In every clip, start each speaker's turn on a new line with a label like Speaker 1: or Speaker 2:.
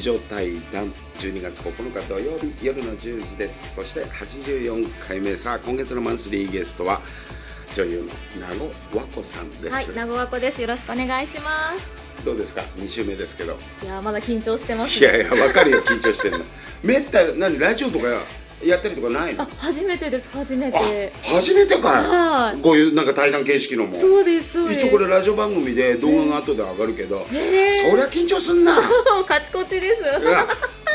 Speaker 1: 上対談12月9日土曜日夜の10時ですそして84回目さあ今月のマンスリーゲストは女優の名護和子さんです、
Speaker 2: はい、名古屋子です。よろしくお願いします。
Speaker 1: どうですか2週目ですけど
Speaker 2: いやー、まだ緊張してます、
Speaker 1: いやいやわかるよ緊張してるのめった何ラジオとかやったりとかないの
Speaker 2: あ、初めてです。初め
Speaker 1: あ
Speaker 2: て。
Speaker 1: 初めてか
Speaker 2: はいい。
Speaker 1: こういうなんか対談形式のも
Speaker 2: そうです。そうです。
Speaker 1: 一応これラジオ番組で動画が後で上がるけど、
Speaker 2: えー、
Speaker 1: そりゃ緊張すんな
Speaker 2: もうカチコチです。は
Speaker 1: う
Speaker 2: い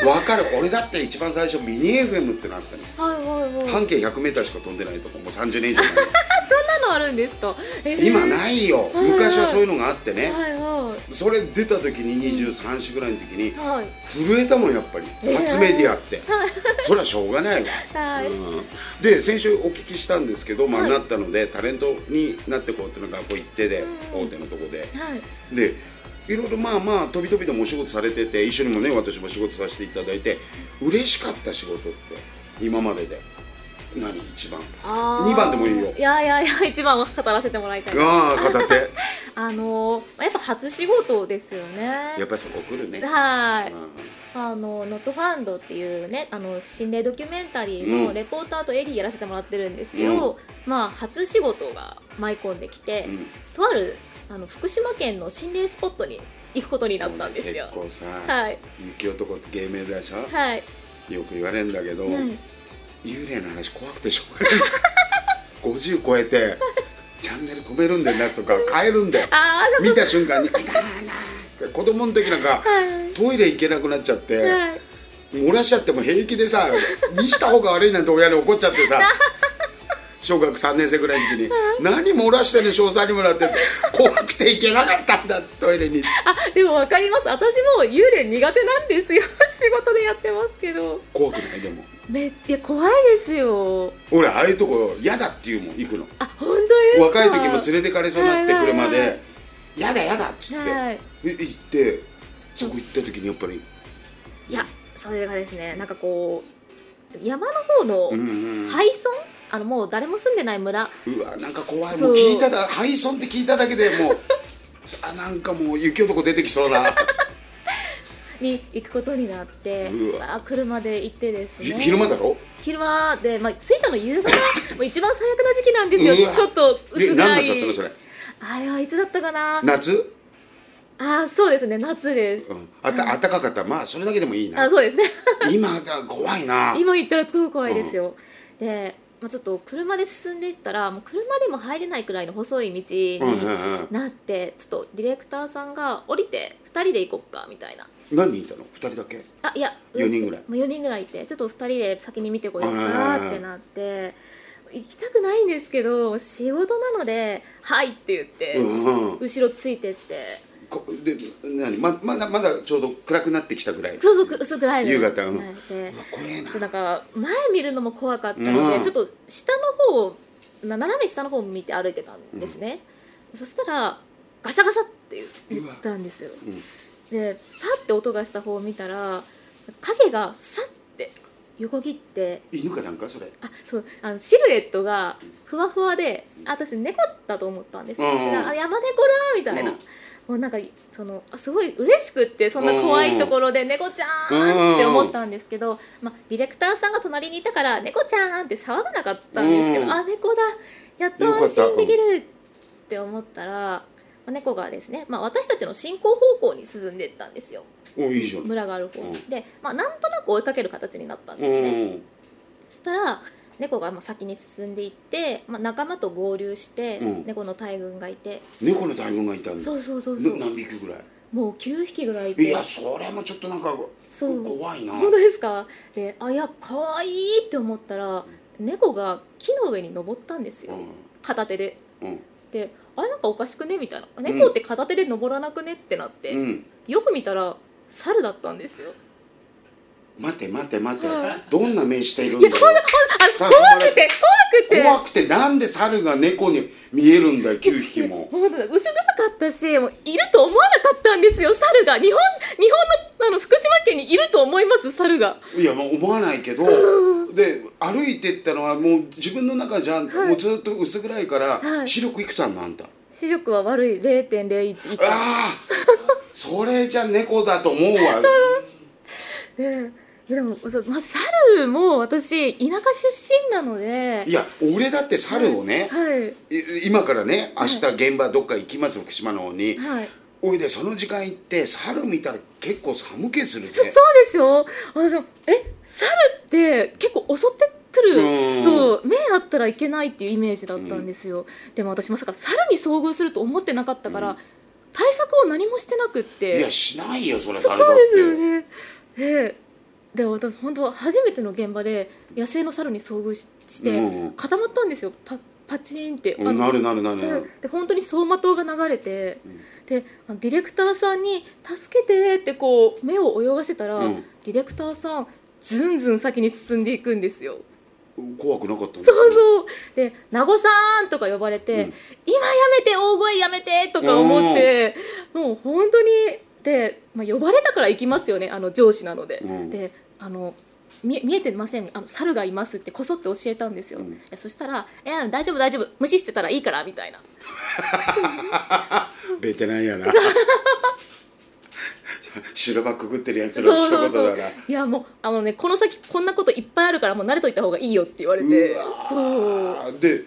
Speaker 1: わわかる俺だって一番最初ミニ FM ってなったの
Speaker 2: はいはい。
Speaker 1: 半径 100m しか飛んでないとこもう30年以上前
Speaker 2: そんなのあるんですか。えー
Speaker 1: 今ないよ
Speaker 2: うん
Speaker 1: 昔はそういうのがあってね
Speaker 2: はいは
Speaker 1: それ出た時に23歳ぐらいの時に
Speaker 2: い。はい。
Speaker 1: 震えたもんやっぱり
Speaker 2: えー
Speaker 1: 初メディアってそりゃしょうがないわ
Speaker 2: はい。
Speaker 1: うんで先週お聞きしたんですけど、まあ
Speaker 2: はい
Speaker 1: なったのでタレントになってこうっていうのが学校行ってで
Speaker 2: う
Speaker 1: 大
Speaker 2: ん
Speaker 1: 手のとこで
Speaker 2: はい。
Speaker 1: でいろいろまあまあ飛び飛びでもお仕事されてて一緒にもね私も仕事させていただいて嬉しかった仕事って今までで何一番
Speaker 2: あー
Speaker 1: 二番でもいいよ
Speaker 2: いやいやいや、一番は語らせてもらいたいです。
Speaker 1: ああ片手
Speaker 2: あのー、やっぱ初仕事ですよね。
Speaker 1: やっぱりそこ来るね
Speaker 2: はい。
Speaker 1: う
Speaker 2: あのノットファンドっていうねあの心霊ドキュメンタリー
Speaker 1: う
Speaker 2: の
Speaker 1: ん
Speaker 2: レポーターとエリーやらせてもらってるんですけど、まあ初仕事が舞い込んできて、
Speaker 1: ん
Speaker 2: とあるあの福島県の心霊スポットに行くことになったんですよ
Speaker 1: 結構さ、
Speaker 2: はい
Speaker 1: 雪男って芸名でしょ、
Speaker 2: はい、
Speaker 1: よく言われるんだけど、
Speaker 2: はい
Speaker 1: 幽霊の話怖くてしょうがない50超えてチャンネル止めるんだよなとか変えるんだよ
Speaker 2: あーで
Speaker 1: 見
Speaker 2: も
Speaker 1: た瞬間に「あいたーなー」子供の時なんか
Speaker 2: はい
Speaker 1: トイレ行けなくなっちゃって、
Speaker 2: はい
Speaker 1: 漏らしちゃっても平気でさ見した方が悪いなんて親に怒っちゃってさ小学3年生ぐらいの時に「何漏らしてんの詳細にもらって怖くて行けなかったんだトイレに」
Speaker 2: あでも分かります私も幽霊苦手なんですよ 仕事でやってますけど
Speaker 1: 怖くないでも
Speaker 2: めっちゃ怖いですよ
Speaker 1: 俺ああいうとこ嫌だって言うもん行くの
Speaker 2: あ本当ですか
Speaker 1: 若い時も連れてかれそうになって
Speaker 2: はいはいはい
Speaker 1: 車で「やだやだ」っつって、
Speaker 2: はい
Speaker 1: で行ってそこ行った時にやっぱり
Speaker 2: いやそれがですねなんかこう山の方の
Speaker 1: うんうん、
Speaker 2: 廃村あのもう誰も住んでない村
Speaker 1: うわなんか怖い
Speaker 2: そ
Speaker 1: も
Speaker 2: う
Speaker 1: う聞いただ廃村って聞いただけでもうあなんかもう雪男出てき そうな、
Speaker 2: に行くことになって
Speaker 1: うわ
Speaker 2: まあ車で行ってです
Speaker 1: ひ
Speaker 2: ね
Speaker 1: 昼間だろ
Speaker 2: 昼間で、まあ、着いたの夕方もう一番最悪な時期なんですよ
Speaker 1: うわ
Speaker 2: ちょっと
Speaker 1: で
Speaker 2: 薄
Speaker 1: 何になっ
Speaker 2: 暗い
Speaker 1: ちゃったのそれ
Speaker 2: あれはいつだったかな
Speaker 1: 夏、
Speaker 2: あそうですね夏です
Speaker 1: うん、あた暖かかったまあそれだけでもいい
Speaker 2: あ
Speaker 1: な
Speaker 2: そうですね
Speaker 1: 今だ怖いな
Speaker 2: 今行ったらすごく怖いですよ、で、まあ、ちょっと車で進んでいったらもう車でも入れないくらいの細い道に
Speaker 1: うんうんうん、
Speaker 2: なってちょっとディレクターさんが降りて2人で行こっかみたいな
Speaker 1: 何人いたの2人だけ
Speaker 2: あいや
Speaker 1: 4人ぐらい
Speaker 2: もう4人ぐらいいてちょっと2人で先に見てこようかなってなって行きたくないんですけど仕事なので「はい」って言って、
Speaker 1: うんうん
Speaker 2: 後ろついてって
Speaker 1: こで何ままだまだちょうど暗くなってきたぐらい
Speaker 2: そうそうく嘘くらいの
Speaker 1: 夕方うん
Speaker 2: はいで
Speaker 1: うわ怖えな
Speaker 2: そうなんか前見るのも怖かったので、
Speaker 1: うん
Speaker 2: ちょっと下の方をな斜め下の方を見て歩いてたんですね、そしたらガサガサって言ったんですよ
Speaker 1: うん
Speaker 2: でパッて音がした方を見たら影がさって横切って
Speaker 1: 犬かなんかそれ
Speaker 2: あそうあのシルエットがふわふわであ私猫だと思ったんですよ、
Speaker 1: うんうんうん
Speaker 2: あ山猫だみたいな、
Speaker 1: うん
Speaker 2: もうなんかそのあすごい嬉しくってそんな怖いところで猫ちゃ
Speaker 1: うんうん
Speaker 2: んって思ったんですけど、まあ、ディレクターさんが隣にいたから猫ちゃんって騒がなかったんですけど、
Speaker 1: うん
Speaker 2: あ猫だやっと
Speaker 1: よかっ
Speaker 2: 安
Speaker 1: た
Speaker 2: 心できるって思ったら、まあ猫がですね、まあ、私たちの進行方向に進んでいったんですよ
Speaker 1: おいいじゃん
Speaker 2: 村がある方に、
Speaker 1: うん
Speaker 2: で、まあ、なんとなく追いかける形になったんですね、
Speaker 1: うん
Speaker 2: そしたら猫がまあ先に進んでいって、まあ、仲間と合流して、
Speaker 1: うん
Speaker 2: 猫の大群がいて、
Speaker 1: 猫の大群がいたんだ
Speaker 2: そうそうそうそう
Speaker 1: な何匹ぐらい
Speaker 2: もう9匹ぐらいい
Speaker 1: い
Speaker 2: て
Speaker 1: やそれもちょっとなんか
Speaker 2: そう
Speaker 1: 怖いな
Speaker 2: 本当ですかであいや可愛いって思ったら猫が木の上に登ったんです
Speaker 1: う
Speaker 2: よ、
Speaker 1: ん
Speaker 2: 片手で
Speaker 1: うん
Speaker 2: であれなんかおかしくねみたいな
Speaker 1: うん
Speaker 2: 猫って片手で登らなくねってなって、
Speaker 1: うん
Speaker 2: よく見たら猿だったんですよ
Speaker 1: 待て待て待て
Speaker 2: は
Speaker 1: どんな目しているんだよさあ
Speaker 2: 怖くて怖くて
Speaker 1: 怖くてなんで猿が猫に見えるんだ よ9匹も
Speaker 2: もうだから薄暗かったしもういると思わなかったんですよ猿が日本日本のあの福島県にいると思います猿が
Speaker 1: いやまあ思わないけどで歩いてったのはもう自分の中じゃん、
Speaker 2: はい
Speaker 1: もうずっと薄暗いから、
Speaker 2: はい
Speaker 1: 視力いくつあんのあんた
Speaker 2: 視力は悪い0.01以下
Speaker 1: あ あそれじゃ猫だと思うわ
Speaker 2: ねいやでもそうまず猿も私田舎出身なので
Speaker 1: いや俺だって猿をね、
Speaker 2: はい
Speaker 1: い今からね明日現場どっか行きます福島の方に、
Speaker 2: はい
Speaker 1: おいでその時間行って猿見たら結構寒気する
Speaker 2: そそう
Speaker 1: ぜ
Speaker 2: ですよあのえ猿って結構襲ってく
Speaker 1: う
Speaker 2: る
Speaker 1: ん
Speaker 2: そう目あったらいけないっていうイメージだったんですよ、でも私まさか猿に遭遇すると思ってなかったから、
Speaker 1: うん
Speaker 2: 対策を何もしてなくって
Speaker 1: いやしないよそれ
Speaker 2: そ
Speaker 1: 猿だ
Speaker 2: うですよ
Speaker 1: って
Speaker 2: ねええで私本当初めての現場で野生の猿に遭遇しして、
Speaker 1: うん
Speaker 2: 固まったんですよパパチーンって、
Speaker 1: うんなるなるなるなる
Speaker 2: で本当に走馬灯が流れて、
Speaker 1: うん
Speaker 2: であのディレクターさんに「助けて」ってこう目を泳がせたら、
Speaker 1: うん
Speaker 2: ディレクターさんずんずん先に進んでいくんですよ
Speaker 1: 怖くなかったの
Speaker 2: そうそうで「名護さん」とか呼ばれて「
Speaker 1: うん
Speaker 2: 今やめて大声やめて」とか思ってもう本当にで、まあ、呼ばれたから行きますよねあの上司なので、
Speaker 1: うん
Speaker 2: であの見え見えてませんあの猿がいますってこそって教えたんですよ、
Speaker 1: うん
Speaker 2: いやそしたら「えー大丈夫大丈夫無視してたらいいから」みたいな
Speaker 1: ベテランや な修羅場くぐってるやつら
Speaker 2: そ
Speaker 1: の
Speaker 2: うそう
Speaker 1: 一
Speaker 2: そ
Speaker 1: 言
Speaker 2: う
Speaker 1: だない
Speaker 2: やもうあのねこの先こんなこといっぱいあるからもう慣れといた方がいいよって言われて
Speaker 1: うわ
Speaker 2: そう
Speaker 1: あで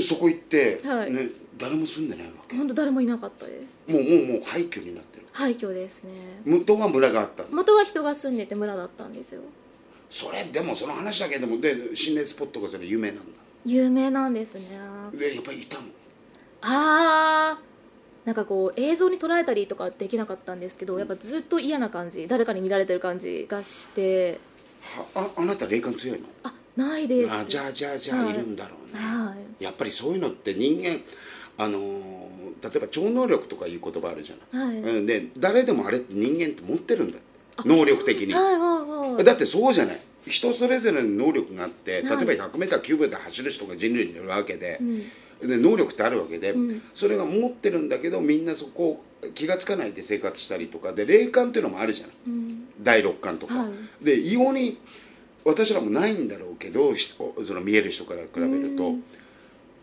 Speaker 1: そこ行って、
Speaker 2: はい
Speaker 1: ね、誰も住んでないわけも
Speaker 2: 本当誰もいなかったです
Speaker 1: うもうもう廃墟になってる
Speaker 2: 廃墟ですね
Speaker 1: 元は村があったの
Speaker 2: 元は人が住んでて村だったんですよ
Speaker 1: それでもその話だけでもで心霊スポットがそれ有名なんだ
Speaker 2: 有名なんですね
Speaker 1: でやっぱりいたもん
Speaker 2: あーなんかこう映像に捉えたりとかできなかったんですけどやっぱずっと嫌な感じ誰かに見られてる感じがして
Speaker 1: はああなた霊感強いの
Speaker 2: あないです
Speaker 1: あじゃあじゃあじゃあ
Speaker 2: はい
Speaker 1: いるんだろうね、
Speaker 2: はい
Speaker 1: やっぱりそういうのって人間あのー例えば超能力とかいう言葉あるじゃない、
Speaker 2: はい、はい
Speaker 1: うん、で誰でもあれって人間って持ってるんだって能力的に、
Speaker 2: はいはい
Speaker 1: だってそうじゃない人それぞれの能力があって例えば
Speaker 2: はい
Speaker 1: 100m9 秒で走る人が人類にいるわけで,、
Speaker 2: うん
Speaker 1: で能力ってあるわけで、
Speaker 2: うん
Speaker 1: それが持ってるんだけどみんなそこを気がつかないで生活したりとかで霊感っていうのもあるじゃない
Speaker 2: うん
Speaker 1: 第六感とか、
Speaker 2: は
Speaker 1: で異様に私らもないんだろうけど人その見える人から比べる
Speaker 2: う
Speaker 1: と
Speaker 2: ん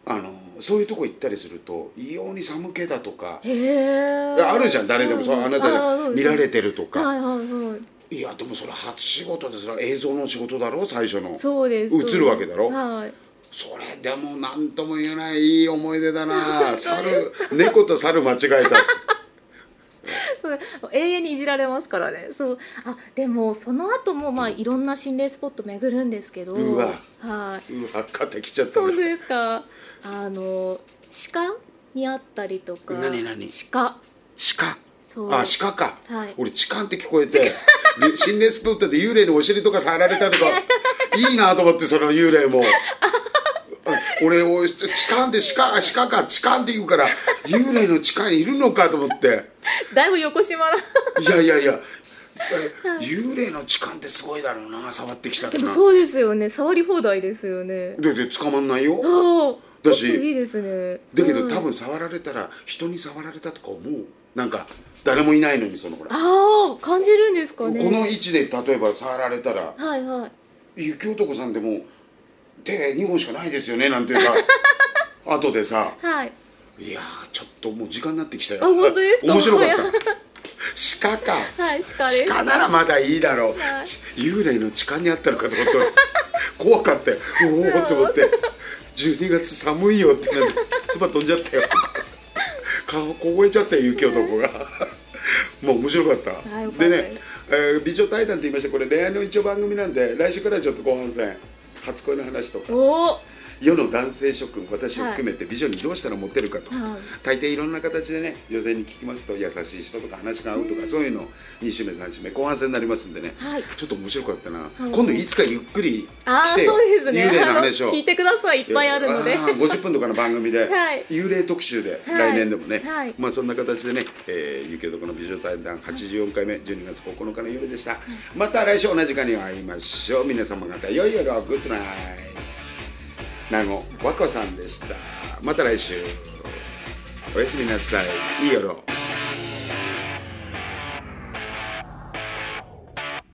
Speaker 1: あのそういうとこ行ったりすると異様に寒気だとか
Speaker 2: へえ
Speaker 1: あるじゃん誰でもそうあなた見られてると
Speaker 2: は
Speaker 1: か
Speaker 2: いはいはい
Speaker 1: いやでもそれ初仕事でそれは映像の仕事だろ最初の
Speaker 2: そうです
Speaker 1: 映るわけだろ
Speaker 2: はい
Speaker 1: それでも何とも言えないいい思い出だ な猿猫と猿間違えた
Speaker 2: そう永遠にいじられますからねそうあでもその後もまあいろんな心霊スポット巡るんですけど
Speaker 1: うわ
Speaker 2: は
Speaker 1: うわ買ってきちゃっ
Speaker 2: い
Speaker 1: た
Speaker 2: そうですかあの鹿にあったりとか
Speaker 1: 何何
Speaker 2: 鹿
Speaker 1: 鹿
Speaker 2: そう
Speaker 1: あ鹿か、
Speaker 2: はい
Speaker 1: 俺痴漢って聞こえてで心霊スポットで幽霊のお尻とか触られ たとかいいなと思ってその幽霊もあ俺お痴漢って鹿あ鹿か痴漢って言うから幽霊の痴漢いるのかと思って
Speaker 2: だいぶ横島ない
Speaker 1: やいやいや幽霊の痴漢ってすごいだろうな触ってきたら
Speaker 2: でも
Speaker 1: な
Speaker 2: そうですよね触り放題ですよね
Speaker 1: でで捕まんないよ
Speaker 2: ああ
Speaker 1: だし
Speaker 2: ちょっといいですね
Speaker 1: だけ
Speaker 2: う
Speaker 1: ど
Speaker 2: ん
Speaker 1: 多分触られたら人に触られたとか思うなんか誰もいないのにそのほら、
Speaker 2: ああ感じるんですかね
Speaker 1: この位置で例えば触られたら
Speaker 2: はいはい
Speaker 1: 雪男さんでも手2本しかないですよねなんて さ後でさ
Speaker 2: はい
Speaker 1: いやーちょっともう時間になってきたよ
Speaker 2: あ本当ですか
Speaker 1: 面白かった鹿か
Speaker 2: はい鹿です
Speaker 1: 鹿ならまだいいだろう、
Speaker 2: はい
Speaker 1: ち幽霊の痴漢にあったのかと思った 怖かったようおおと思って12月寒いよってなって唾飛んじゃったよ顔凍えちゃったよ雪男が もう面白かった、
Speaker 2: はいよかった
Speaker 1: で
Speaker 2: です
Speaker 1: ね、えー美女対談って言いましたこれ恋愛の一応番組なんで来週からはちょっと後半戦初恋の話とか
Speaker 2: おお
Speaker 1: 世の男性諸君私を含めて美女にどうしたらモテるかと、
Speaker 2: はい
Speaker 1: 大抵いろんな形でね女性に聞きますと優しい人とか話が合うとかそういうの2週目3週目後半戦になりますんでね、
Speaker 2: はい
Speaker 1: ちょっと面白かったな、
Speaker 2: い
Speaker 1: 今度いつかゆっくり
Speaker 2: あ
Speaker 1: 来
Speaker 2: あ
Speaker 1: てよ
Speaker 2: そうですね
Speaker 1: 幽霊の話
Speaker 2: あ
Speaker 1: を
Speaker 2: の聞いてくださいいっぱいあるので
Speaker 1: あー50分とかの番組で、
Speaker 2: はい
Speaker 1: 幽霊特集で、
Speaker 2: はい
Speaker 1: 来年でもね、
Speaker 2: はい
Speaker 1: まあそんな形でね「えー、ゆけどこの美女対談」84回目12月9日の夜でした、また来週同じ時間に会いましょう皆様方良い夜をグッドナイト名護和子さんでしたまた来週おやすみなさいいい夜を